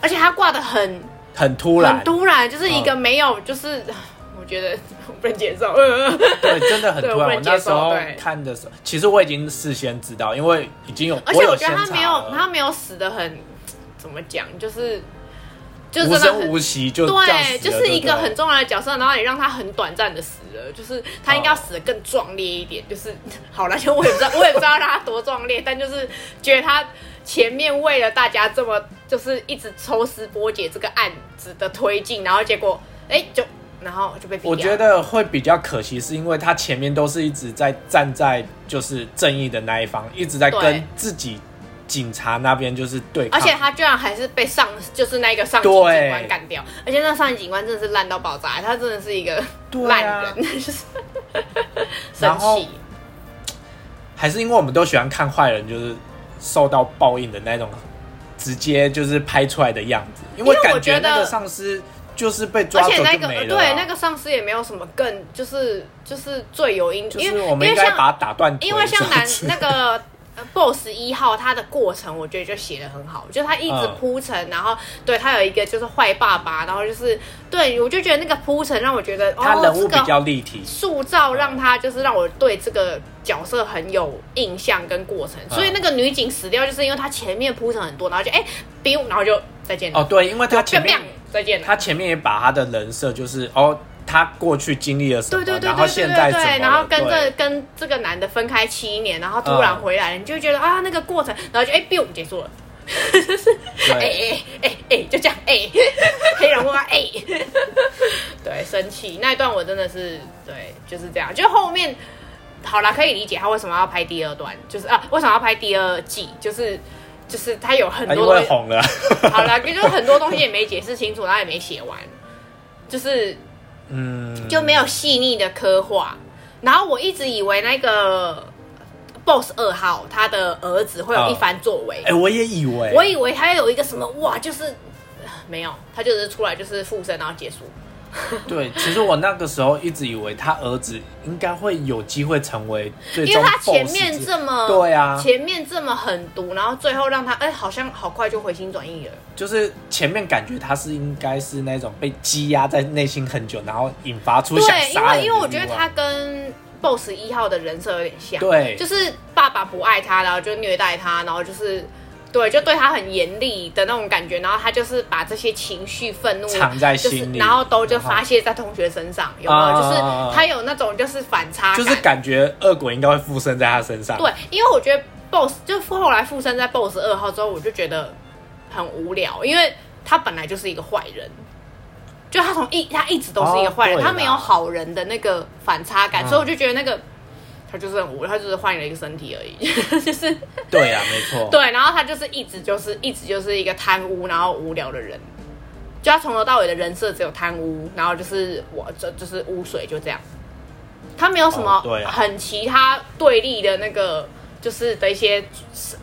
[SPEAKER 1] 而且他挂的很
[SPEAKER 2] 很突
[SPEAKER 1] 很
[SPEAKER 2] 然，
[SPEAKER 1] 突然，就是一个
[SPEAKER 2] 嗯
[SPEAKER 1] 没有，就是 我觉得 我不能接受，呃
[SPEAKER 2] 对，真的很 突
[SPEAKER 1] 对我不
[SPEAKER 2] 然。
[SPEAKER 1] 能
[SPEAKER 2] 我那时
[SPEAKER 1] 接受
[SPEAKER 2] 候
[SPEAKER 1] 对
[SPEAKER 2] 看的时候，其实我已经事先知道，因为已经有，
[SPEAKER 1] 而且
[SPEAKER 2] 有
[SPEAKER 1] 我觉
[SPEAKER 2] 先
[SPEAKER 1] 得他
[SPEAKER 2] 查
[SPEAKER 1] 没有
[SPEAKER 2] 了
[SPEAKER 1] 他没有死的很怎么讲，就是就是
[SPEAKER 2] 无
[SPEAKER 1] 真的
[SPEAKER 2] 声
[SPEAKER 1] 很
[SPEAKER 2] 无息就这样
[SPEAKER 1] 对，
[SPEAKER 2] 死了
[SPEAKER 1] 就是一个
[SPEAKER 2] 对
[SPEAKER 1] 很重要的角色，然后你让他很短暂的死了，就是他应该要死的更壮烈一点。就是 好了，就我也不知道， 我也不知道让他多壮烈，但就是觉得他前面为了大家这么就是一直抽丝剥茧这个案子的推进，然后结果哎、就然后就被毙掉
[SPEAKER 2] 我觉得会比较可惜，是因为他前面都是一直在站在就是正义的那一方，一直在跟
[SPEAKER 1] 对
[SPEAKER 2] 自己警察那边就是对抗，
[SPEAKER 1] 而且他居然还是被上，就是那个上级
[SPEAKER 2] 对
[SPEAKER 1] 警官干掉，而且那上级警官真的是烂到爆炸，他真的是一个
[SPEAKER 2] 对啊
[SPEAKER 1] 烂人，就是 生
[SPEAKER 2] 然后
[SPEAKER 1] 气。
[SPEAKER 2] 还是因为我们都喜欢看坏人就是受到报应的那种，直接就是拍出来的样子，因
[SPEAKER 1] 因
[SPEAKER 2] 为
[SPEAKER 1] 为我
[SPEAKER 2] 感
[SPEAKER 1] 觉得
[SPEAKER 2] 那个上司就是被抓
[SPEAKER 1] 而
[SPEAKER 2] 走
[SPEAKER 1] 且
[SPEAKER 2] 就
[SPEAKER 1] 那个
[SPEAKER 2] 没了啊、
[SPEAKER 1] 对那个上司也没有什么更就是就是罪有应，
[SPEAKER 2] 就
[SPEAKER 1] 因
[SPEAKER 2] 是
[SPEAKER 1] 为
[SPEAKER 2] 我
[SPEAKER 1] 因
[SPEAKER 2] 们
[SPEAKER 1] 为
[SPEAKER 2] 应该把
[SPEAKER 1] 像
[SPEAKER 2] 他打断腿
[SPEAKER 1] 因为像
[SPEAKER 2] 这
[SPEAKER 1] 男
[SPEAKER 2] 样子
[SPEAKER 1] 那个。呃 boss 一号他的过程，我觉得就写的很好，就是他一直
[SPEAKER 2] 嗯
[SPEAKER 1] 铺陈，然后对他有一个就是坏爸爸，然后就是对我就觉得那个铺陈让我觉得
[SPEAKER 2] 他
[SPEAKER 1] 哦
[SPEAKER 2] 人物
[SPEAKER 1] 这
[SPEAKER 2] 比
[SPEAKER 1] 个
[SPEAKER 2] 较立体，
[SPEAKER 1] 塑造让他就是让我对这个角色很有印象跟过
[SPEAKER 2] 嗯
[SPEAKER 1] 程，所以那个女警死掉就是因为她前面铺陈很多，然后就哎 b 然后就再见了，
[SPEAKER 2] 哦，对，因为他
[SPEAKER 1] 就
[SPEAKER 2] 前
[SPEAKER 1] b
[SPEAKER 2] 面
[SPEAKER 1] 再见了。
[SPEAKER 2] 他前面也把他的人设就是哦，他过去经历了什么，
[SPEAKER 1] 对对对
[SPEAKER 2] 哦然后
[SPEAKER 1] 对对
[SPEAKER 2] 现
[SPEAKER 1] 对
[SPEAKER 2] 在怎么了，
[SPEAKER 1] 对，然后跟这
[SPEAKER 2] 对嗯
[SPEAKER 1] 跟这个男的分开七年，然后突然回来了，你就觉得啊那个过程，然后就哎 biu 结束了， 哎
[SPEAKER 2] 对，
[SPEAKER 1] 哎哎哎就这样哎，黑人问他哎，对，生气那一段我真的是对就是这样，就后面好啦，可以理解他为什么要拍第二段，就是啊为什么要拍第二季，就是就是他有很
[SPEAKER 2] 啊因
[SPEAKER 1] 多东
[SPEAKER 2] 为
[SPEAKER 1] 西
[SPEAKER 2] 红了，
[SPEAKER 1] 好啦，就是很多东西也没解释清楚，然后也没写完，就是
[SPEAKER 2] 嗯，
[SPEAKER 1] 就没有细腻的刻画。然后我一直以为那个 boss 二号他的儿子会有一番作为，
[SPEAKER 2] 哎、我也以为，
[SPEAKER 1] 我以为他有一个什么哇，就是 呃没有，他就是出来就是附身然后结束。
[SPEAKER 2] 对，其实我那个时候一直以为他儿子应该会有机会成为最
[SPEAKER 1] 因
[SPEAKER 2] 终
[SPEAKER 1] 为
[SPEAKER 2] boss
[SPEAKER 1] 他前面
[SPEAKER 2] 之
[SPEAKER 1] 这么
[SPEAKER 2] 对啊
[SPEAKER 1] 前面这么狠毒，然后最后让他哎、好像好快就回心转意了。
[SPEAKER 2] 就是前面感觉他是应该是那种被积压在内心很久，然后引发出想
[SPEAKER 1] 对，因
[SPEAKER 2] 杀人的
[SPEAKER 1] 为
[SPEAKER 2] 欲望
[SPEAKER 1] 因为我觉得他跟 BOSS 一号的人设有点像，
[SPEAKER 2] 对
[SPEAKER 1] 就是爸爸不爱他，然后就虐待他，然后就是对，就对他很严厉的那种感觉，然后他就是把这些情绪、愤怒
[SPEAKER 2] 藏在
[SPEAKER 1] 就是
[SPEAKER 2] 心里嗯
[SPEAKER 1] 然后都就发泄在同学身上，有没有？
[SPEAKER 2] 啊
[SPEAKER 1] 就是他有那种就是反差
[SPEAKER 2] 就是感觉恶鬼应该会附身在他身上，
[SPEAKER 1] 对，因为我觉得 BOSS 就后来附身在 BOSS 二号之后，我就觉得很无聊，因为他本来就是一个坏人，就他从一他一直都是一个坏人，
[SPEAKER 2] 哦对啦嗯
[SPEAKER 1] 他没有好人的那个反差感，所以我就觉得那个他就是很无聊，他就是换了一个身体而已， 就是
[SPEAKER 2] 对啊，没错，
[SPEAKER 1] 对，然后他就是一直就是一直就是一个贪污然后无聊的人。就他从头到尾的人设只有贪污，然后就是我就就是污水就这样，他没有什么
[SPEAKER 2] 哦对啊
[SPEAKER 1] 很其他对立的那个，就是的一些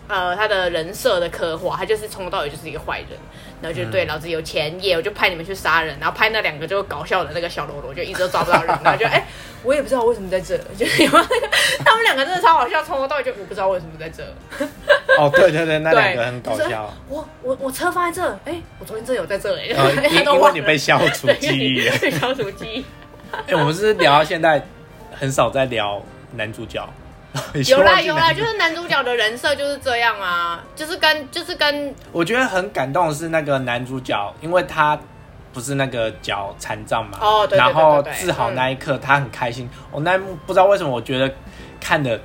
[SPEAKER 1] 呃他的人设的刻画，他就是从头到尾就是一个坏人，然后就对、老子有钱耶，我就派你们去杀人，然后派那两个就搞笑的那个小喽啰，就一直都抓不到人，然后就哎、 我也不知道为什么在这，就是有没有那个他们两个真的超好笑，从头到尾就我不知道为什么在这。
[SPEAKER 2] 哦，对对对，那
[SPEAKER 1] 对，
[SPEAKER 2] 两个很搞
[SPEAKER 1] 就是
[SPEAKER 2] 笑，
[SPEAKER 1] 我我我车放在这，哎、我昨天真的有在这哎、
[SPEAKER 2] 呃， 因
[SPEAKER 1] 他都
[SPEAKER 2] 因为
[SPEAKER 1] 忘
[SPEAKER 2] 你
[SPEAKER 1] 了
[SPEAKER 2] 被消除
[SPEAKER 1] 对
[SPEAKER 2] 记忆了，
[SPEAKER 1] 被消除记忆。
[SPEAKER 2] 哎、我们是不是聊到现在很少在聊男主 角，
[SPEAKER 1] 有啦有啦，
[SPEAKER 2] 来
[SPEAKER 1] 就是男主角的人设就是这样啊，就是跟就是跟
[SPEAKER 2] 我觉得很感动的是那个男主角，因为他不是那个脚残障嘛，
[SPEAKER 1] 哦对对对
[SPEAKER 2] 然后
[SPEAKER 1] 对对对
[SPEAKER 2] 治好那一刻他很开心，我、那一幕不知道为什么我觉得看的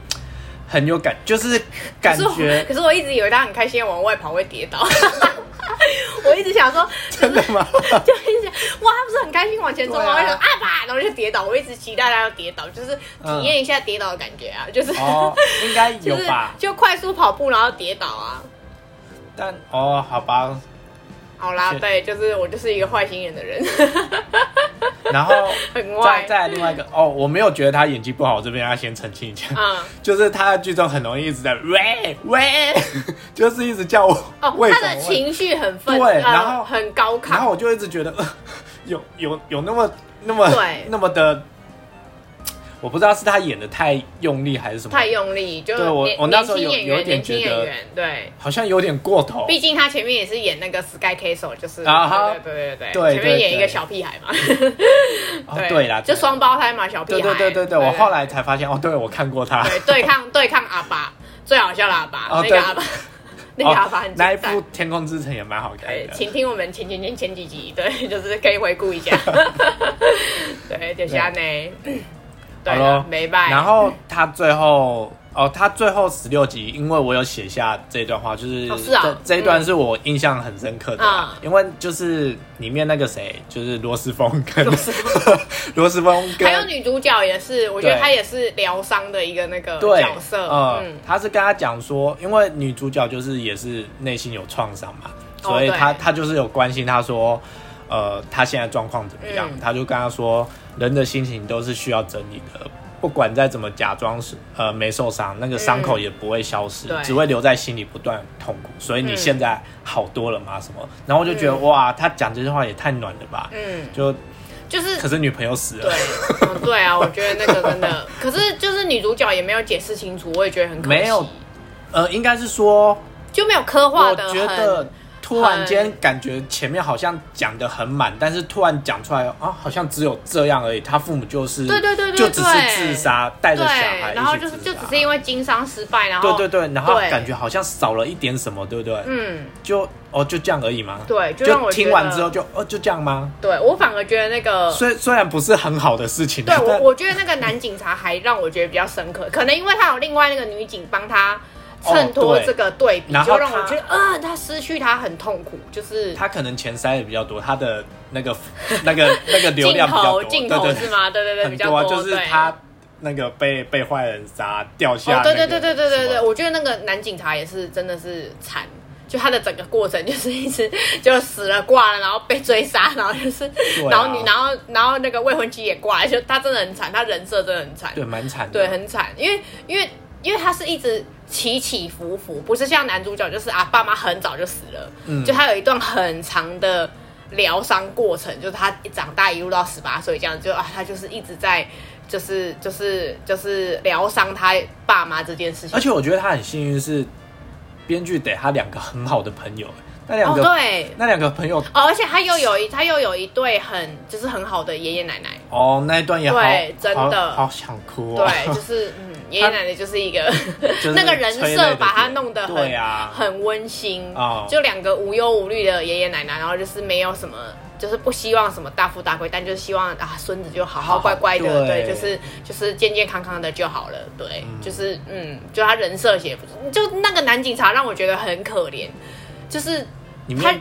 [SPEAKER 2] 很有感，就是感
[SPEAKER 1] 可是我
[SPEAKER 2] 觉
[SPEAKER 1] 可是我一直以为他很开心地往外跑会跌倒， 我一直想说，
[SPEAKER 2] 真的 吗？
[SPEAKER 1] 就一直想哇，他不是很开心往前冲吗？
[SPEAKER 2] 对啊
[SPEAKER 1] 我想说啊吧，然后就跌倒，我一直期待他要跌倒，就是体验一下跌倒的 感觉啊，就是、
[SPEAKER 2] 嗯哦哦，应该有
[SPEAKER 1] 就是
[SPEAKER 2] 吧。
[SPEAKER 1] 就快速跑步然后跌倒啊，
[SPEAKER 2] 但哦，好吧，
[SPEAKER 1] 好啦，
[SPEAKER 2] 是
[SPEAKER 1] 对，就是我就是一个坏心眼的人，
[SPEAKER 2] 然后
[SPEAKER 1] 很坏
[SPEAKER 2] 再再来另外一个哦，我没有觉得他演技不好，我这边要先澄清一下，
[SPEAKER 1] 嗯，
[SPEAKER 2] 就是他的剧中很容易一直在喂喂，就是一直叫我
[SPEAKER 1] 哦，
[SPEAKER 2] 为
[SPEAKER 1] 他
[SPEAKER 2] 什么
[SPEAKER 1] 的
[SPEAKER 2] 喂，
[SPEAKER 1] 情绪很愤，
[SPEAKER 2] 对
[SPEAKER 1] 呃
[SPEAKER 2] 然后
[SPEAKER 1] 很高
[SPEAKER 2] 然
[SPEAKER 1] 亢，
[SPEAKER 2] 后我就一直觉得呃有有有那么那么
[SPEAKER 1] 对
[SPEAKER 2] 那么的，我不知道是他演的太用力还是什么，
[SPEAKER 1] 太用力，就
[SPEAKER 2] 对我
[SPEAKER 1] 年
[SPEAKER 2] 我那时候
[SPEAKER 1] 年轻
[SPEAKER 2] 有
[SPEAKER 1] 演员
[SPEAKER 2] 有一点
[SPEAKER 1] 年轻
[SPEAKER 2] 觉得
[SPEAKER 1] 演员，对，
[SPEAKER 2] 好像有点过头，
[SPEAKER 1] 毕竟他前面也是演那个 Sky Castle，就是
[SPEAKER 2] 啊哈
[SPEAKER 1] 对对对
[SPEAKER 2] 对
[SPEAKER 1] 前面演一个
[SPEAKER 2] 对对
[SPEAKER 1] 小屁孩嘛，
[SPEAKER 2] 哦对啦，
[SPEAKER 1] 就双胞胎嘛，小屁
[SPEAKER 2] 对
[SPEAKER 1] 孩，
[SPEAKER 2] 对对对对，我后来才发现哦，对我看过他，
[SPEAKER 1] 对对抗对抗阿爸，最好笑的阿爸，
[SPEAKER 2] 哦
[SPEAKER 1] 那
[SPEAKER 2] 对
[SPEAKER 1] 个阿爸，那个阿爸
[SPEAKER 2] 哦
[SPEAKER 1] 很精
[SPEAKER 2] 那一
[SPEAKER 1] 彩
[SPEAKER 2] 部。《天空之城》也蛮好看
[SPEAKER 1] 对，
[SPEAKER 2] 的，
[SPEAKER 1] 哎请听我们前前前前几集，对，就是可以回顾一 下。对，就是安内。对
[SPEAKER 2] 好
[SPEAKER 1] 了
[SPEAKER 2] 咯，
[SPEAKER 1] 没拜。
[SPEAKER 2] 然后他最后哦，他最后十六集，因为我有写下这段话，就是,、
[SPEAKER 1] 哦是啊嗯
[SPEAKER 2] 这这一段是我印象很深刻的啊、因为就是里面那个谁，就是罗斯峰跟
[SPEAKER 1] 罗斯
[SPEAKER 2] 罗斯峰跟
[SPEAKER 1] 还有女主角也是，我觉得
[SPEAKER 2] 对
[SPEAKER 1] 她也是疗伤的一个那个
[SPEAKER 2] 对
[SPEAKER 1] 角色。
[SPEAKER 2] 嗯
[SPEAKER 1] 嗯，，
[SPEAKER 2] 他是跟他讲说，因为女主角就是也是内心有创伤嘛，
[SPEAKER 1] 哦
[SPEAKER 2] 所以
[SPEAKER 1] 对
[SPEAKER 2] 他他就是有关心他说，呃，他现在状况怎么样？
[SPEAKER 1] 嗯
[SPEAKER 2] 他就跟他说，人的心情都是需要整理的，不管再怎么假装是呃没受伤，那个伤口也不会消失，
[SPEAKER 1] 对
[SPEAKER 2] 只会留在心里不断痛苦。所以你
[SPEAKER 1] 嗯
[SPEAKER 2] 现在好多了吗？什么？然后我就觉得、哇，他讲这句话也太暖了吧！
[SPEAKER 1] 嗯，
[SPEAKER 2] 就
[SPEAKER 1] 就是
[SPEAKER 2] 可是女朋友死
[SPEAKER 1] 对
[SPEAKER 2] 了，，
[SPEAKER 1] 嗯对啊，我觉得那个真 的，可是就是女主角也没有解释清楚，我也觉得很可惜，
[SPEAKER 2] 没有呃，应该是说
[SPEAKER 1] 就没有刻画
[SPEAKER 2] 我
[SPEAKER 1] 的
[SPEAKER 2] 觉
[SPEAKER 1] 很
[SPEAKER 2] 得突然间感觉前面好像讲的很满，但是突然讲出来啊，好像只有这样而已。他父母就是
[SPEAKER 1] 对对对对
[SPEAKER 2] 就只是自杀，带着小孩
[SPEAKER 1] 对，然后
[SPEAKER 2] 一起
[SPEAKER 1] 就是
[SPEAKER 2] 自
[SPEAKER 1] 就
[SPEAKER 2] 杀
[SPEAKER 1] 只。是因为经商失败，然后
[SPEAKER 2] 对对对，然后
[SPEAKER 1] 对
[SPEAKER 2] 感觉好像少了一点什么，对不对？
[SPEAKER 1] 嗯，
[SPEAKER 2] 就哦，就这样而已吗？
[SPEAKER 1] 对，就让
[SPEAKER 2] 就
[SPEAKER 1] 我觉
[SPEAKER 2] 听
[SPEAKER 1] 得
[SPEAKER 2] 完之后，就哦，就这样吗？
[SPEAKER 1] 对我反而觉得那个
[SPEAKER 2] 虽虽然不是很好的事情，
[SPEAKER 1] 对我，
[SPEAKER 2] 但
[SPEAKER 1] 我觉得那个男警察还让我觉得比较深刻，可能因为他有另外那个女警帮他衬托
[SPEAKER 2] 哦对
[SPEAKER 1] 这个对比，
[SPEAKER 2] 然后
[SPEAKER 1] 就让我
[SPEAKER 2] 他
[SPEAKER 1] 觉得，呃，他失去他很痛苦，就是
[SPEAKER 2] 他可能钱塞的比较多，他的那个 那个那个流量比较 多，
[SPEAKER 1] 镜头
[SPEAKER 2] 对对
[SPEAKER 1] 是吗？对对对，比
[SPEAKER 2] 很
[SPEAKER 1] 较
[SPEAKER 2] 多、啊，就是
[SPEAKER 1] 对
[SPEAKER 2] 他那个被被坏人杀掉下、
[SPEAKER 1] 哦，
[SPEAKER 2] 那
[SPEAKER 1] 对
[SPEAKER 2] 个
[SPEAKER 1] 对对对对对
[SPEAKER 2] 什
[SPEAKER 1] 对，
[SPEAKER 2] 么
[SPEAKER 1] 我觉得那个男警察也是真的是惨，就他的整个过程就是一直就死了挂了，然后被追杀，然后就是，
[SPEAKER 2] 啊
[SPEAKER 1] 然后你然后然后那个未婚妻也挂了，就他真的很惨，他人设真的很惨，
[SPEAKER 2] 对蛮惨的，
[SPEAKER 1] 对，很惨，因为因为因为他是一直起起伏伏，不是像男主角就是啊，爸妈很早就死了，
[SPEAKER 2] 嗯
[SPEAKER 1] 就他有一段很长的疗伤过程，就是他长大一路到十八岁这样，就啊，他就是一直在就是就是就是疗伤他爸妈这件事情
[SPEAKER 2] 而。且我觉得他很幸运是编剧给他两个很好的朋友，那两
[SPEAKER 1] 哦，
[SPEAKER 2] 个、
[SPEAKER 1] 对，
[SPEAKER 2] 那两个朋友
[SPEAKER 1] 哦，而且他又有一他又有一对很就是很好的爷爷奶奶，
[SPEAKER 2] 哦，那一段也好
[SPEAKER 1] 对真的
[SPEAKER 2] 好好想哭、哦，
[SPEAKER 1] 对，就是嗯，爷爷奶奶就是一个
[SPEAKER 2] 就是
[SPEAKER 1] 那个人
[SPEAKER 2] 催泪
[SPEAKER 1] 设
[SPEAKER 2] 的
[SPEAKER 1] 把他
[SPEAKER 2] 点
[SPEAKER 1] 弄得很
[SPEAKER 2] 对啊，
[SPEAKER 1] 很温馨
[SPEAKER 2] 哦
[SPEAKER 1] 就两个无忧无虑的爷爷奶奶，然后就是没有什么，就是不希望什么大富大贵，但就是希望啊孙子就好好乖乖的，
[SPEAKER 2] 好好
[SPEAKER 1] 对，就
[SPEAKER 2] 对
[SPEAKER 1] 是就是健健康康的就好了，对，就是嗯，就他人设写不，就那个男警察让我觉得很可怜，就是
[SPEAKER 2] 里
[SPEAKER 1] 他
[SPEAKER 2] 面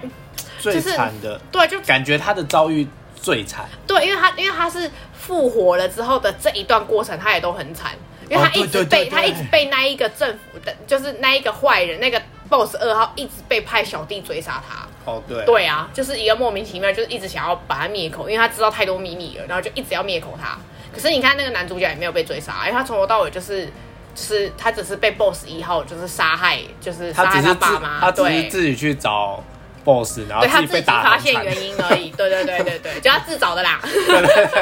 [SPEAKER 2] 最
[SPEAKER 1] 就是
[SPEAKER 2] 惨的、
[SPEAKER 1] 对，啊就
[SPEAKER 2] 感觉他的遭遇最惨，
[SPEAKER 1] 对，因为他因为他是复活了之后的这一段过程，他也都很惨，因为他
[SPEAKER 2] 哦
[SPEAKER 1] 一直
[SPEAKER 2] 对对
[SPEAKER 1] 被、
[SPEAKER 2] 对对
[SPEAKER 1] 他一直被那一个政府的，就是那一个坏人那个 boss 二号一直被派小弟追杀他。
[SPEAKER 2] 哦对
[SPEAKER 1] 对啊，就是一个莫名其妙，就是一直想要把他灭口，因为他知道太多秘密了，然后就一直要灭口他。可是你看那个男主角也没有被追杀，因为他从头到尾就是就是他只是被 boss 一号就是杀害，就是杀
[SPEAKER 2] 他
[SPEAKER 1] 害
[SPEAKER 2] 只是自
[SPEAKER 1] 爸妈，
[SPEAKER 2] 他只是
[SPEAKER 1] 对。
[SPEAKER 2] 自己去找 boss，然后
[SPEAKER 1] 对他
[SPEAKER 2] 己
[SPEAKER 1] 自己
[SPEAKER 2] 被打得
[SPEAKER 1] 发
[SPEAKER 2] 很
[SPEAKER 1] 现
[SPEAKER 2] 惨，
[SPEAKER 1] 原因而已，对对对对对，就他自找的啦。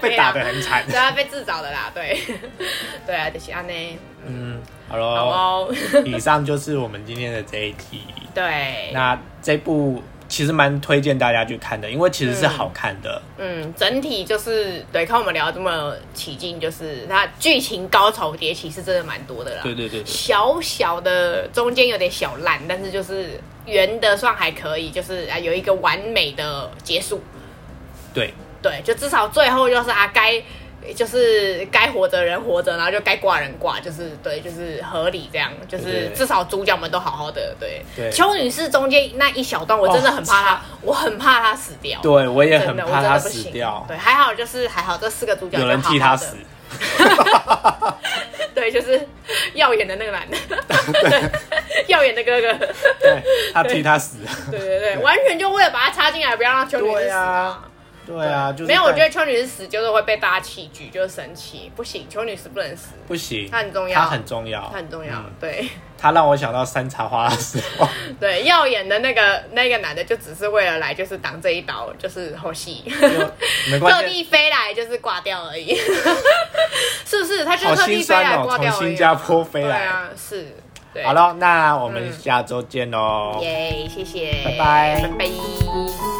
[SPEAKER 2] 被打的很惨
[SPEAKER 1] 对，啊，被自找的啦，对， 对啊，就是安呢，
[SPEAKER 2] 嗯，好
[SPEAKER 1] 好
[SPEAKER 2] 喽。
[SPEAKER 1] 哦，
[SPEAKER 2] 以上就是我们今天的这一集。
[SPEAKER 1] 对，
[SPEAKER 2] 那这部其实蛮推荐大家去看的，因为其实是好看的。
[SPEAKER 1] 嗯，整体就是对，看我们聊得这么起劲，就是它剧情高潮迭起是真的蛮多的啦，
[SPEAKER 2] 对对对对，
[SPEAKER 1] 小小的中间有点小烂，但是就是圆的算还可以，就是啊有一个完美的结束，
[SPEAKER 2] 对
[SPEAKER 1] 对，就至少最后就是啊该。就是该活着的人活着，然后就该挂人挂，就是对，就是合理这样，就是
[SPEAKER 2] 对对对
[SPEAKER 1] 至少主角们都好好的。对，
[SPEAKER 2] 对
[SPEAKER 1] 邱女士中间那一小段，我真的很怕她，我很怕她死掉。
[SPEAKER 2] 对，我也
[SPEAKER 1] 真的，
[SPEAKER 2] 很
[SPEAKER 1] 我
[SPEAKER 2] 怕
[SPEAKER 1] 真
[SPEAKER 2] 他
[SPEAKER 1] 的不
[SPEAKER 2] 死
[SPEAKER 1] 行。
[SPEAKER 2] 掉，
[SPEAKER 1] 对，还好就是还好这四个主角
[SPEAKER 2] 有人
[SPEAKER 1] 就好好
[SPEAKER 2] 替
[SPEAKER 1] 的
[SPEAKER 2] 他死。
[SPEAKER 1] 对，就是耀眼的那个男的，对， 耀眼的哥哥，
[SPEAKER 2] 对他替他死，
[SPEAKER 1] 对对对，完全就为了把他插进来，不要让丘女士
[SPEAKER 2] 对
[SPEAKER 1] 死啊
[SPEAKER 2] 呀。，对啊，就是
[SPEAKER 1] 没有，我
[SPEAKER 2] 在
[SPEAKER 1] 觉得邱女士死就是会被大家弃剧，就是生气，不行，邱女士不能死，
[SPEAKER 2] 不行，
[SPEAKER 1] 它很重要
[SPEAKER 2] 他很重要，
[SPEAKER 1] 她很重要。
[SPEAKER 2] 嗯
[SPEAKER 1] 对
[SPEAKER 2] 他让我想到山茶花的时候，
[SPEAKER 1] 对，耀眼的那个那个男的就只是为了来就是挡这一刀，就是后戏，
[SPEAKER 2] 没
[SPEAKER 1] 特
[SPEAKER 2] 关系，
[SPEAKER 1] 地飞来就是挂掉而已， 是不是？他 就
[SPEAKER 2] 好
[SPEAKER 1] 是特地
[SPEAKER 2] 心
[SPEAKER 1] 飞
[SPEAKER 2] 酸
[SPEAKER 1] 来
[SPEAKER 2] 哦，
[SPEAKER 1] 挂
[SPEAKER 2] 从
[SPEAKER 1] 掉而已。
[SPEAKER 2] 新加坡飞
[SPEAKER 1] 对
[SPEAKER 2] 来。
[SPEAKER 1] 啊，是。对嗯
[SPEAKER 2] 好，了，那我们下周见喽。
[SPEAKER 1] 耶，谢谢，
[SPEAKER 2] 拜拜
[SPEAKER 1] 拜拜。